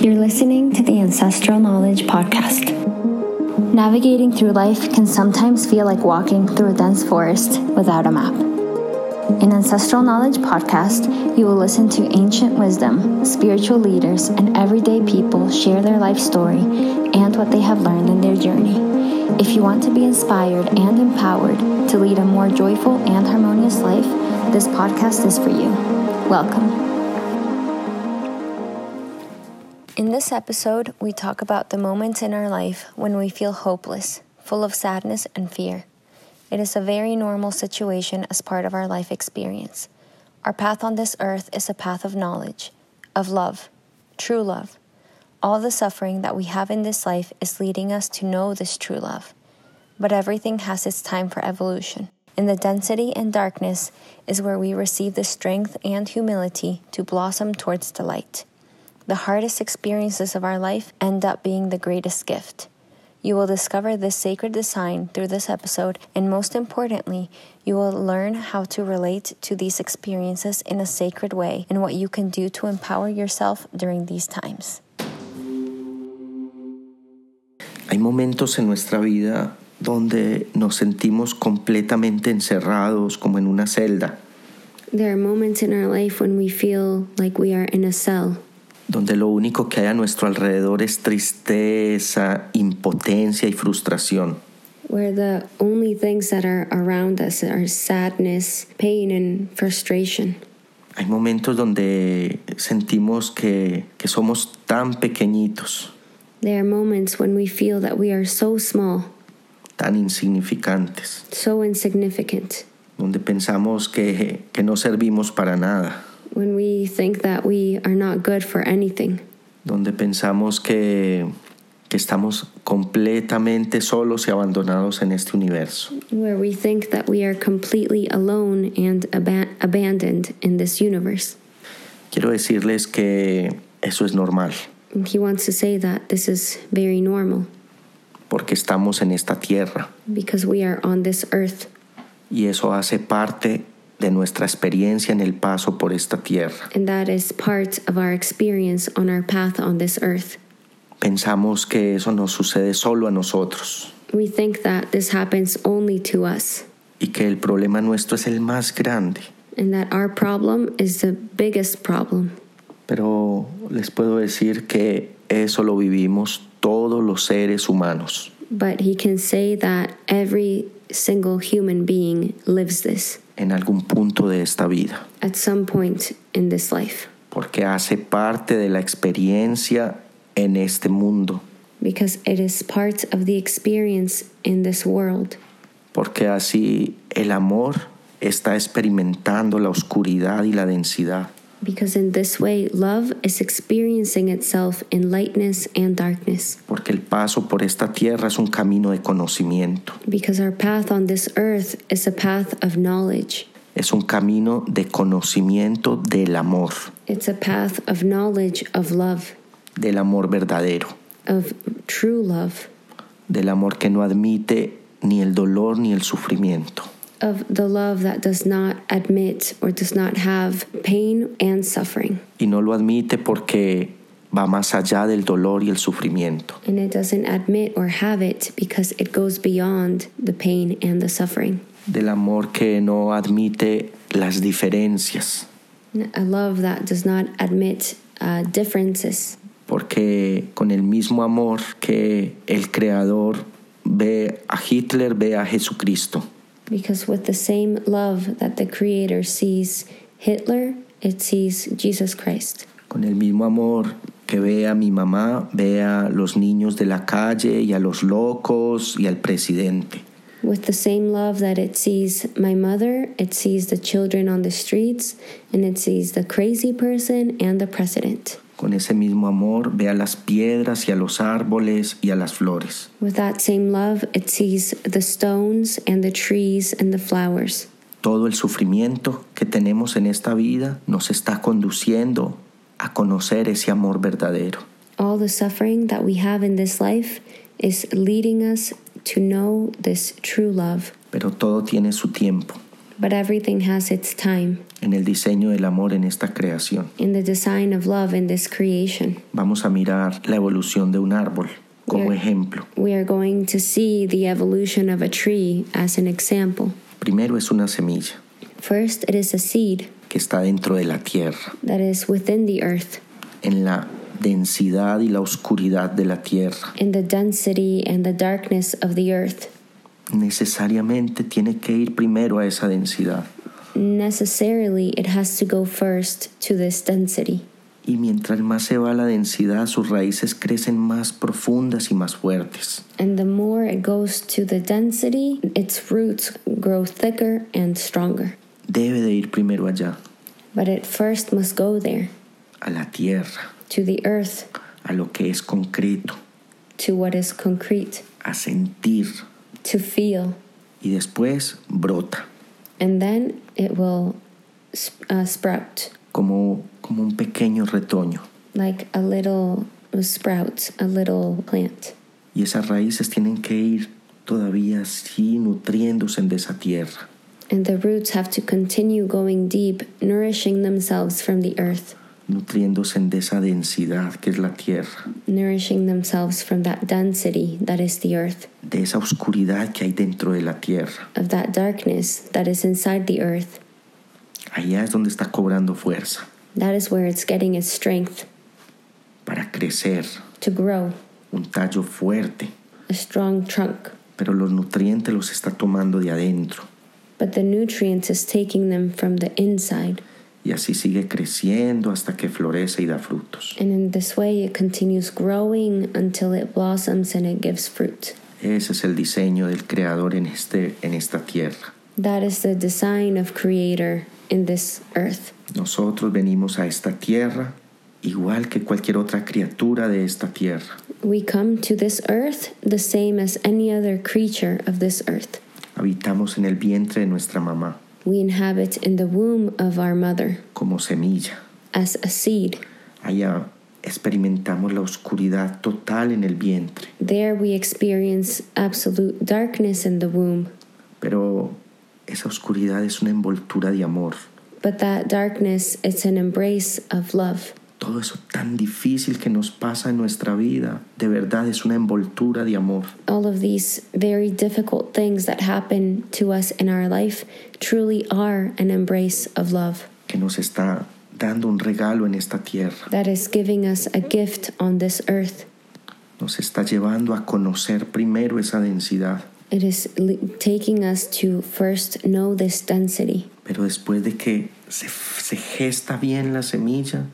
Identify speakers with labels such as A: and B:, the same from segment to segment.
A: You're listening to the Ancestral Knowledge Podcast. Navigating through life can sometimes feel like walking through a dense forest without a map. In Ancestral Knowledge Podcast, you will listen to ancient wisdom, spiritual leaders, and everyday people share their life story and what they have learned in their journey. If you want to be inspired and empowered to lead a more joyful and harmonious life, this podcast is for you. Welcome. In this episode, we talk about the moments in our life when we feel hopeless, full of sadness and fear. It is a very normal situation as part of our life experience. Our path on this earth is a path of knowledge, of love, true love. All the suffering that we have in this life is leading us to know this true love. But everything has its time for evolution. In the density and darkness is where we receive the strength and humility to blossom towards the light the hardest experiences of our life end up being the greatest gift. You will discover this sacred design through this episode, and most importantly, you will learn how to relate to these experiences in a sacred way and what you can do to empower yourself during these times.
B: Hay momentos en nuestra vida donde nos sentimos completamente encerrados como en una celda,
C: There are moments in our life when we feel like we are in a cell,
B: donde lo único que hay a nuestro alrededor es tristeza, impotencia y frustración.
C: where the only things that are around us are sadness, pain, and frustration.
B: Hay momentos donde sentimos que, que somos tan pequeñitos,
C: There are moments when we feel that we are so small,
B: tan insignificantes,
C: so insignificant,
B: donde pensamos que, que no servimos para nada,
C: when we think that we are not good for anything,
B: donde pensamos que, que estamos completamente solos y abandonados en este universo.
C: where we think that we are completely alone and aba- abandoned in this universe.
B: Quiero decirles que eso es normal,
C: And He wants to say that this is very normal
B: porque estamos en esta tierra
C: because we are on this earth
B: y eso hace parte de nuestra experiencia en el paso por esta tierra.
C: And that is part of our experience on our path on this earth.
B: Pensamos que eso nos sucede solo a nosotros
C: We think that this happens only to us
B: y que el problema nuestro es el más grande,
C: and that our problem is the biggest problem.
B: pero les puedo decir que eso lo vivimos todos los seres humanos.
C: But he can say that every single human being lives this
B: en algún punto de esta vida,
C: at some point in this life
B: porque hace parte de la experiencia en este mundo,
C: because it is part of the experience in this world.
B: porque así el amor está experimentando la oscuridad y la densidad,
C: Because in this way, love is experiencing itself in lightness and darkness.
B: porque el paso por esta tierra es un camino de conocimiento,
C: Because our path on this earth is a path of knowledge.
B: es un camino de conocimiento del amor,
C: It's a path of knowledge of love,
B: del amor verdadero,
C: of true love,
B: del amor que no admite ni el dolor ni el sufrimiento.
C: of the love that does not admit or does not have pain and suffering.
B: Y no lo admite porque va más allá del dolor y el sufrimiento.
C: And it doesn't admit or have it because it goes beyond the pain and the suffering.
B: del amor que no admite las diferencias,
C: A love that does not admit uh, differences.
B: porque con el mismo amor que el creador ve a Hitler, ve a Jesucristo,
C: Because with the same love that the Creator sees Hitler, it sees Jesus Christ.
B: con el mismo amor que ve a mi mamá, ve a los niños de la calle y a los locos y al presidente.
C: With the same love that it sees my mother, it sees the children on the streets, and it sees the crazy person and the president.
B: Con ese mismo amor ve a las piedras y a los árboles y a las flores.
C: With that same love, it sees the stones and the trees and the flowers.
B: Todo el sufrimiento que tenemos en esta vida nos está conduciendo a conocer ese amor verdadero.
C: All the suffering that we have in this life is leading us to know this true love,
B: pero todo tiene su tiempo.
C: but everything has its time
B: en el diseño del amor en esta creación.
C: in the design of love in this creation.
B: Vamos a mirar la evolución de un árbol como
C: Bien.
B: ejemplo.
C: We are going to see the evolution of a tree as an example.
B: Primero es una semilla
C: First, it is a seed
B: que está dentro de la tierra,
C: that is within the earth,
B: en la densidad y la oscuridad de la tierra.
C: in the density and the darkness of the earth.
B: Necesariamente tiene que ir primero a esa densidad.
C: Necessarily, it has to go first to this density.
B: Y mientras más se va la densidad, sus raíces crecen más profundas y más fuertes.
C: And the more it goes to the density, its roots grow thicker and stronger.
B: Debe de ir primero allá,
C: But it first must go there,
B: a la tierra,
C: to the earth,
B: a lo que es concreto,
C: to what is concrete,
B: a sentir.
C: to feel.
B: Y después brota,
C: And then it will sp- uh, sprout,
B: como, como un pequeño retoño.
C: like a little sprout, a little plant.
B: Y esas raíces tienen que ir todavía así nutriéndose en esa tierra.
C: And the roots have to continue going deep, nourishing themselves from the earth,
B: nutriéndose de esa densidad que es la tierra,
C: nourishing themselves from that density that is the earth,
B: de esa oscuridad que hay dentro de la tierra.
C: of that darkness that is inside the earth.
B: Allá es donde está cobrando fuerza
C: That is where it's getting its strength
B: para crecer,
C: to grow,
B: un tallo fuerte,
C: a strong trunk.
B: pero los nutrientes los está tomando de adentro
C: But the nutrients is taking them from the inside,
B: y así sigue creciendo hasta que florece y da frutos.
C: and in this way it continues growing until it blossoms and it gives fruit.
B: Ese es el diseño del creador en este en esta tierra.
C: That is the design of Creator in this earth.
B: Nosotros venimos a esta tierra igual que cualquier otra criatura de esta tierra.
C: We come to this earth the same as any other creature of this earth.
B: Habitamos en el vientre de nuestra mamá
C: We inhabit in the womb of our mother
B: como semilla.
C: as a seed.
B: Allá experimentamos la oscuridad total en el vientre,
C: There we experience absolute darkness in the womb,
B: pero esa oscuridad es una envoltura de amor.
C: but that darkness it's an embrace of love.
B: Todo eso tan difícil que nos pasa en nuestra vida, de verdad es una envoltura de amor.
C: All of these very difficult things that happen to us in our life truly are an embrace of love
B: que nos está dando un regalo en esta tierra,
C: that is giving us a gift on this earth.
B: nos está llevando a conocer primero esa densidad,
C: It is le- taking us to first know this density.
B: pero después de que se, se gesta bien la semilla,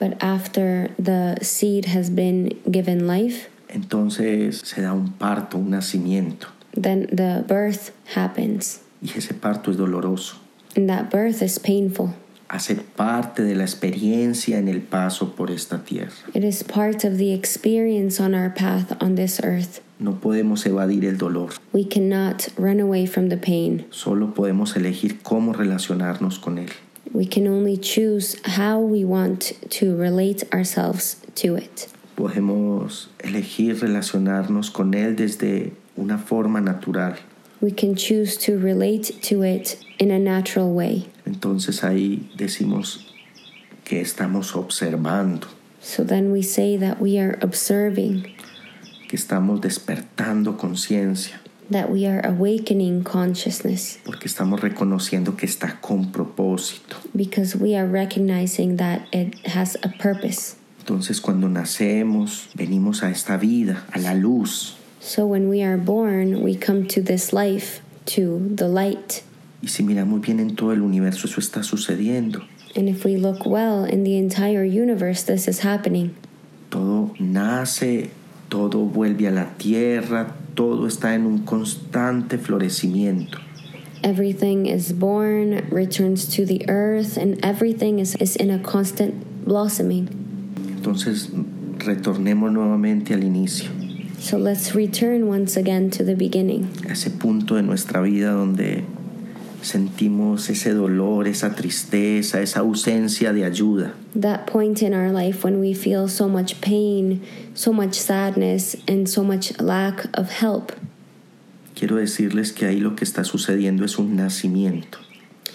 C: But after the seed has been given life,
B: entonces se da un parto, un nacimiento,
C: then the birth happens.
B: y ese parto es doloroso.
C: And that birth is painful.
B: hace parte de la experiencia en el paso por esta tierra.
C: It is part of the experience on our path on this earth.
B: No podemos evadir el dolor,
C: We cannot run away from the pain.
B: solo podemos elegir cómo relacionarnos con él.
C: We can only choose how we want to relate ourselves to it.
B: Podemos elegir relacionarnos con él desde una forma natural.
C: We can choose to relate to it in a natural way.
B: Entonces ahí decimos que estamos observando,
C: So then we say that we are observing,
B: que estamos despertando conciencia,
C: that we are awakening consciousness,
B: porque estamos reconociendo que está con propósito.
C: because we are recognizing that it has a purpose.
B: Entonces cuando nacemos, venimos a esta vida, a la luz,
C: So when we are born, we come to this life, to the light.
B: Y si miramos bien en todo el universo, eso está sucediendo.
C: And if we look well in the entire universe, this is happening.
B: Todo nace, todo vuelve a la tierra, todo está en un constante florecimiento.
C: Everything is born, returns to the earth, and everything is, is in a constant blossoming.
B: Entonces retornemos nuevamente al inicio,
C: So let's return once again to the beginning.
B: a ese punto de nuestra vida donde sentimos ese dolor, esa tristeza, esa ausencia de ayuda.
C: that point in our life when we feel so much pain, so much sadness, and so much lack of help.
B: Quiero decirles que ahí lo que está sucediendo es un nacimiento.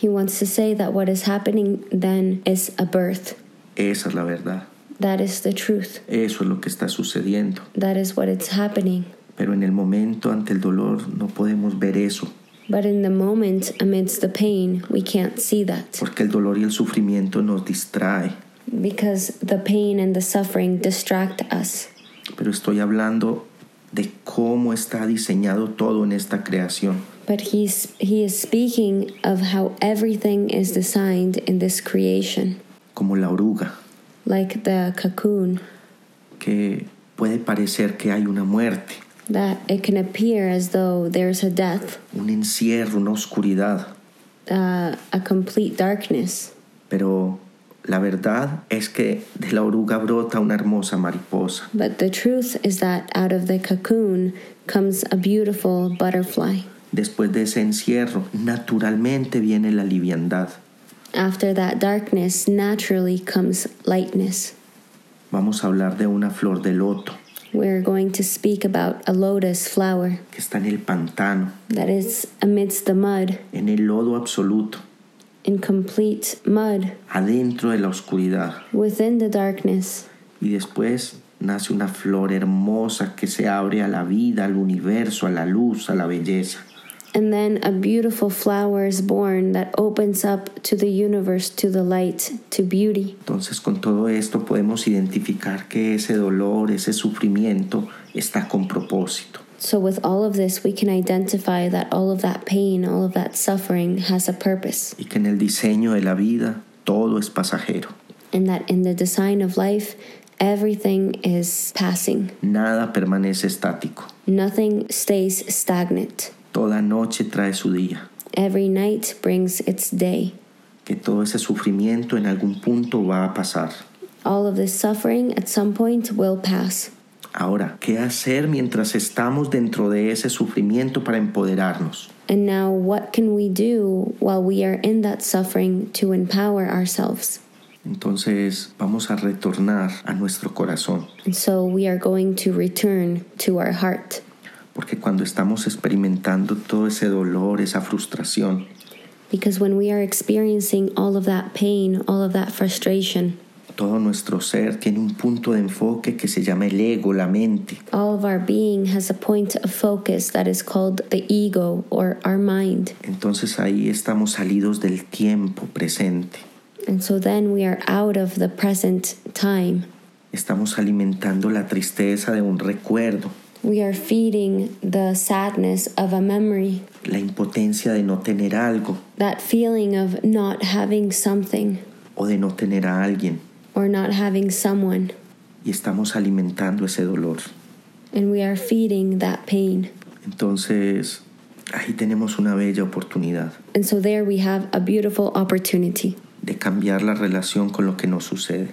C: He wants to say that what is happening then is a birth.
B: Esa es la verdad.
C: That is the truth.
B: Eso es lo que está sucediendo.
C: That is what it's happening.
B: Pero en el momento ante el dolor no podemos ver eso,
C: But in the moment, amidst the pain, we can't see that
B: porque el dolor y el sufrimiento nos distrae.
C: because the pain and the suffering distract us.
B: Pero estoy hablando de cómo está diseñado todo en esta creación.
C: But he's, he is speaking of how everything is designed in this creation,
B: Como la oruga,
C: like the cocoon,
B: que puede parecer que hay una muerte,
C: that it can appear as though there's a death,
B: un encierro, una oscuridad.
C: uh, a complete darkness.
B: Pero la verdad es que de la oruga brota una hermosa mariposa.
C: But the truth is that out of the cocoon comes a beautiful butterfly.
B: Después de ese encierro, naturalmente viene la liviandad.
C: After that darkness, naturally comes lightness.
B: Vamos a hablar de una flor de loto
C: We're going to speak about a lotus flower
B: que está en el pantano,
C: that is amidst the mud,
B: en el lodo absoluto,
C: in complete mud,
B: adentro de la oscuridad.
C: within the darkness.
B: Y después nace una flor hermosa que se abre a la vida, al universo, a la luz, a la belleza.
C: And then a beautiful flower is born that opens up to the universe, to the light, to beauty.
B: Entonces con todo esto podemos identificar que ese dolor, ese sufrimiento está con propósito.
C: So, with all of this, we can identify that all of that pain, all of that suffering has a purpose,
B: y que en el diseño de la vida todo es pasajero.
C: and that in the design of life, everything is passing.
B: Nada permanece estático.
C: Nothing stays stagnant.
B: Toda noche trae su día.
C: Every night brings its day.
B: Que todo ese sufrimiento en algún punto va a pasar.
C: All of this suffering at some point will pass.
B: Ahora, ¿qué hacer mientras estamos dentro de ese sufrimiento para empoderarnos?
C: And now, what can we do while we are in that suffering to empower ourselves?
B: Entonces vamos a retornar a nuestro corazón,
C: And so, we are going to return to our heart.
B: porque cuando estamos experimentando todo ese dolor, esa frustración,
C: Because when we are experiencing all of that pain, all of that frustration,
B: todo nuestro ser tiene un punto de enfoque que se llama el ego, la mente.
C: all of our being has a point of focus that is called the ego or our mind.
B: Entonces ahí estamos salidos del tiempo presente.
C: And so then we are out of the present time.
B: Estamos alimentando la tristeza de un recuerdo,
C: We are feeding the sadness of a memory,
B: la impotencia de no tener algo
C: that feeling of not having something
B: o de no tener a alguien.
C: or not having someone.
B: Y estamos alimentando ese dolor.
C: And we are feeding that pain.
B: Entonces ahí tenemos una bella oportunidad
C: And so there we have a beautiful opportunity
B: de cambiar la relación con lo que nos sucede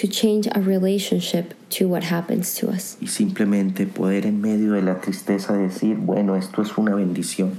C: to change our relationship to what happens to us
B: y simplemente poder en medio de la tristeza decir, bueno, esto es una bendición,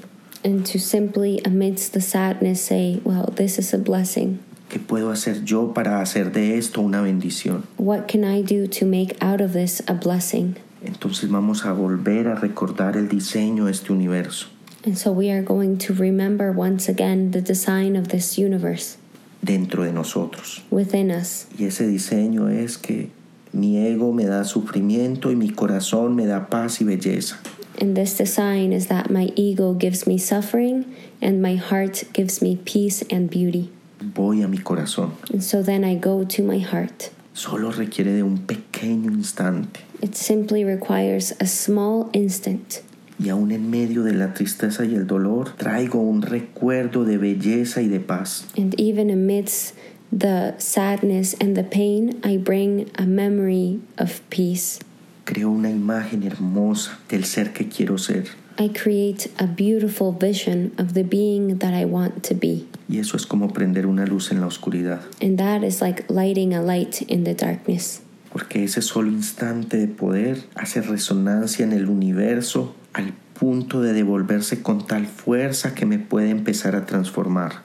C: and to simply, amidst the sadness, say, Well, this is a blessing.
B: ¿qué puedo hacer yo para hacer de esto una bendición?
C: What can I do to make out of this a blessing?
B: Entonces vamos a volver a recordar el diseño de este universo,
C: And so we are going to remember once again the design of this universe
B: dentro de nosotros.
C: within us.
B: Y ese diseño es que mi ego me da sufrimiento y mi corazón me da paz y belleza.
C: And this design is that my ego gives me suffering and my heart gives me peace and beauty.
B: Voy a mi corazón.
C: And so then I go to my heart.
B: Solo requiere de un pequeño instante.
C: It simply requires a small instant.
B: Y aún en medio de la tristeza y el dolor, traigo un recuerdo de belleza y de paz.
C: And even amidst the sadness and the pain, I bring a memory of peace.
B: Creo una imagen hermosa del ser que quiero ser.
C: I create a beautiful vision of the being that I want to be.
B: Y eso es como prender una luz en la oscuridad.
C: And that is like lighting a light in the darkness.
B: porque ese solo instante de poder hace resonancia en el universo al punto de devolverse con tal fuerza que me puede empezar a transformar.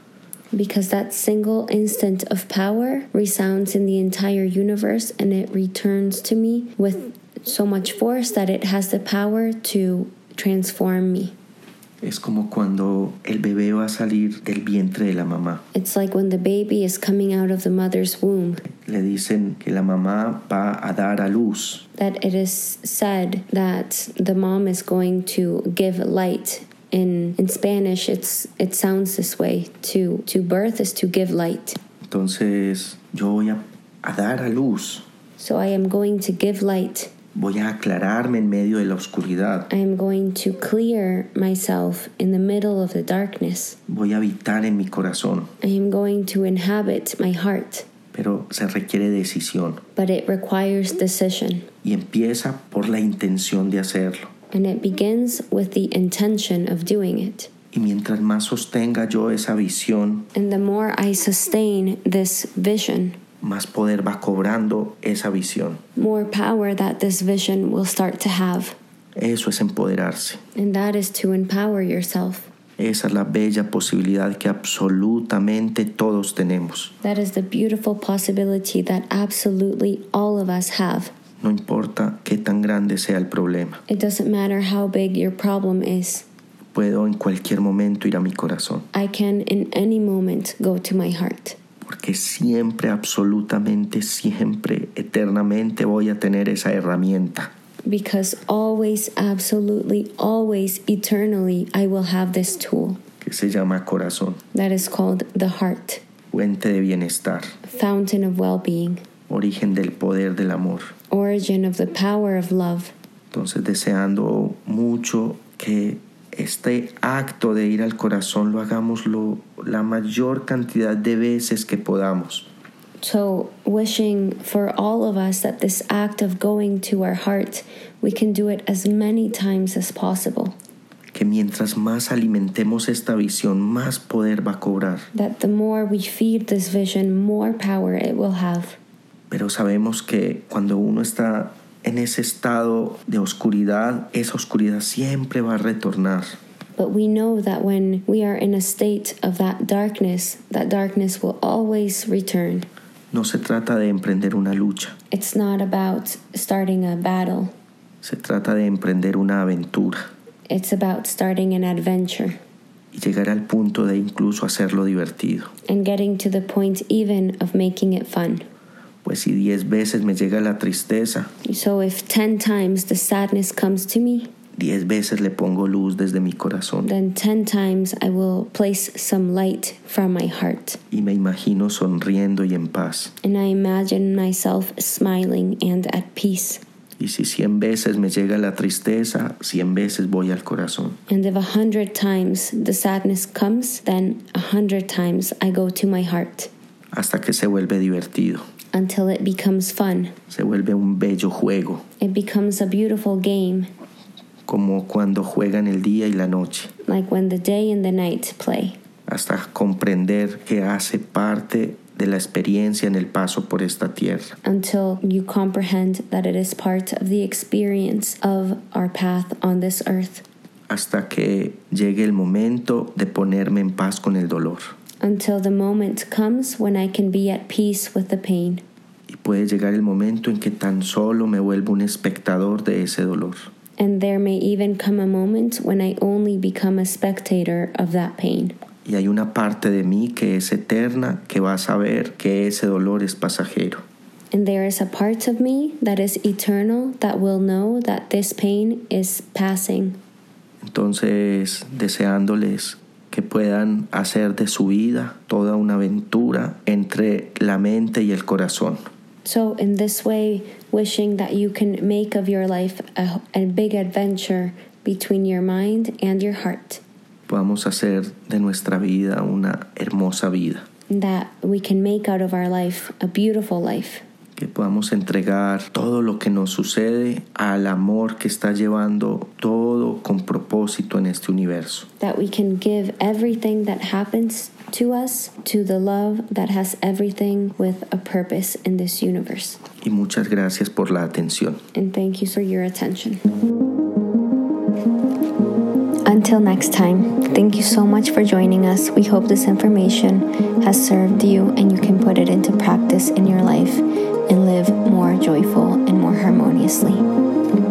C: Because that single instant of power resounds in the entire universe and it returns to me with so much force that it has the power to transform me.
B: Es como cuando el bebé va a salir del vientre de la mamá.
C: It's like when the baby is coming out of the mother's womb,
B: Le dicen que la mamá va a dar a luz.
C: that it is said that the mom is going to give light. In, in Spanish, it's it sounds this way. To to birth is to give light.
B: Entonces yo voy a, a dar a luz.
C: So I am going to give light.
B: Voy a aclararme en medio de la oscuridad.
C: I am going to clear myself in the middle of the darkness.
B: Voy a habitar en mi corazón.
C: I am going to inhabit my heart,
B: Pero se requiere decisión.
C: but it requires decision.
B: Y empieza por la intención de hacerlo.
C: And it begins with the intention of doing it.
B: Y mientras más sostenga yo esa visión,
C: And the more I sustain this vision,
B: más poder va cobrando esa visión.
C: more power that this vision will start to have.
B: Eso es empoderarse.
C: And that is to empower yourself.
B: Esa es la bella posibilidad que absolutamente todos tenemos.
C: That is the beautiful possibility that absolutely all of us have.
B: No importa qué tan grande sea el problema.
C: It doesn't matter how big your problem is,
B: Puedo en cualquier momento ir a mi corazón.
C: I can in any moment go to my heart.
B: Porque siempre, absolutamente, siempre, eternamente voy a tener esa herramienta.
C: Because always, absolutely, always, eternally, I will have this tool
B: que se llama corazón,
C: that is called the heart,
B: fuente de bienestar,
C: fountain of well being,
B: origen del poder del amor.
C: origin of the power of love.
B: Entonces deseando mucho que este acto de ir al corazón lo hagamos lo- la mayor cantidad de veces que podamos.
C: So, wishing for all of us that this act of going to our heart, we can do it as many times as possible.
B: Que mientras más alimentemos esta visión, más poder va a cobrar.
C: That the more we feed this vision, more power it will have.
B: Pero sabemos que cuando uno está en ese estado de oscuridad, esa oscuridad siempre va a retornar.
C: But we know that when we are in a state of that darkness, that darkness will always return.
B: No se trata de emprender una lucha,
C: It's not about starting a battle,
B: se trata de emprender una aventura.
C: it's about starting an adventure
B: y llegar al punto de incluso hacerlo divertido.
C: and getting to the point even of making it fun.
B: Pues si diez veces me llega la tristeza,
C: So if 10 times the sadness comes to me,
B: diez veces le pongo luz desde mi corazón
C: then 10 times I will place some light from my heart.
B: y me imagino sonriendo y en paz.
C: And I imagine myself smiling and at peace.
B: Y si cien veces me llega la tristeza, cien veces voy al corazón.
C: And if a hundred times the sadness comes, then a hundred times I go to my heart
B: Hasta que se vuelve divertido,
C: until it becomes fun.
B: se vuelve un bello juego,
C: It becomes a beautiful game,
B: como cuando juegan el día y la noche,
C: like when the day and the night play,
B: hasta comprender que hace parte de la experiencia en el paso por esta tierra.
C: until you comprehend that it is part of the experience of our path on this earth,
B: hasta que llegue el momento de ponerme en paz con el dolor.
C: until the moment comes when I can be at peace with the pain.
B: Y puede llegar el momento en que tan solo me vuelvo un espectador de ese dolor.
C: And there may even come a moment when I only become a spectator of that pain.
B: Y hay una parte de mí que es eterna, que va a saber que ese dolor es pasajero.
C: And there is a part of me that is eternal that will know that this pain is passing.
B: Entonces, deseándoles que puedan hacer de su vida toda una aventura entre la mente y el corazón.
C: So, in this way, wishing that you can make of your life a, a big adventure between your mind and your heart,
B: Podamos hacer de nuestra vida una hermosa vida.
C: and that we can make out of our life a beautiful life,
B: que podamos entregar todo lo que nos sucede al amor que está llevando todo con propósito en este universo.
C: that we can give everything that happens to us to the love that has everything with a purpose in this universe.
B: Y muchas gracias por la atención.
C: and thank you for your attention. Until next time, thank you so much for joining us. We hope this information has served you and you can put it into practice in your life and live more joyful and more harmoniously.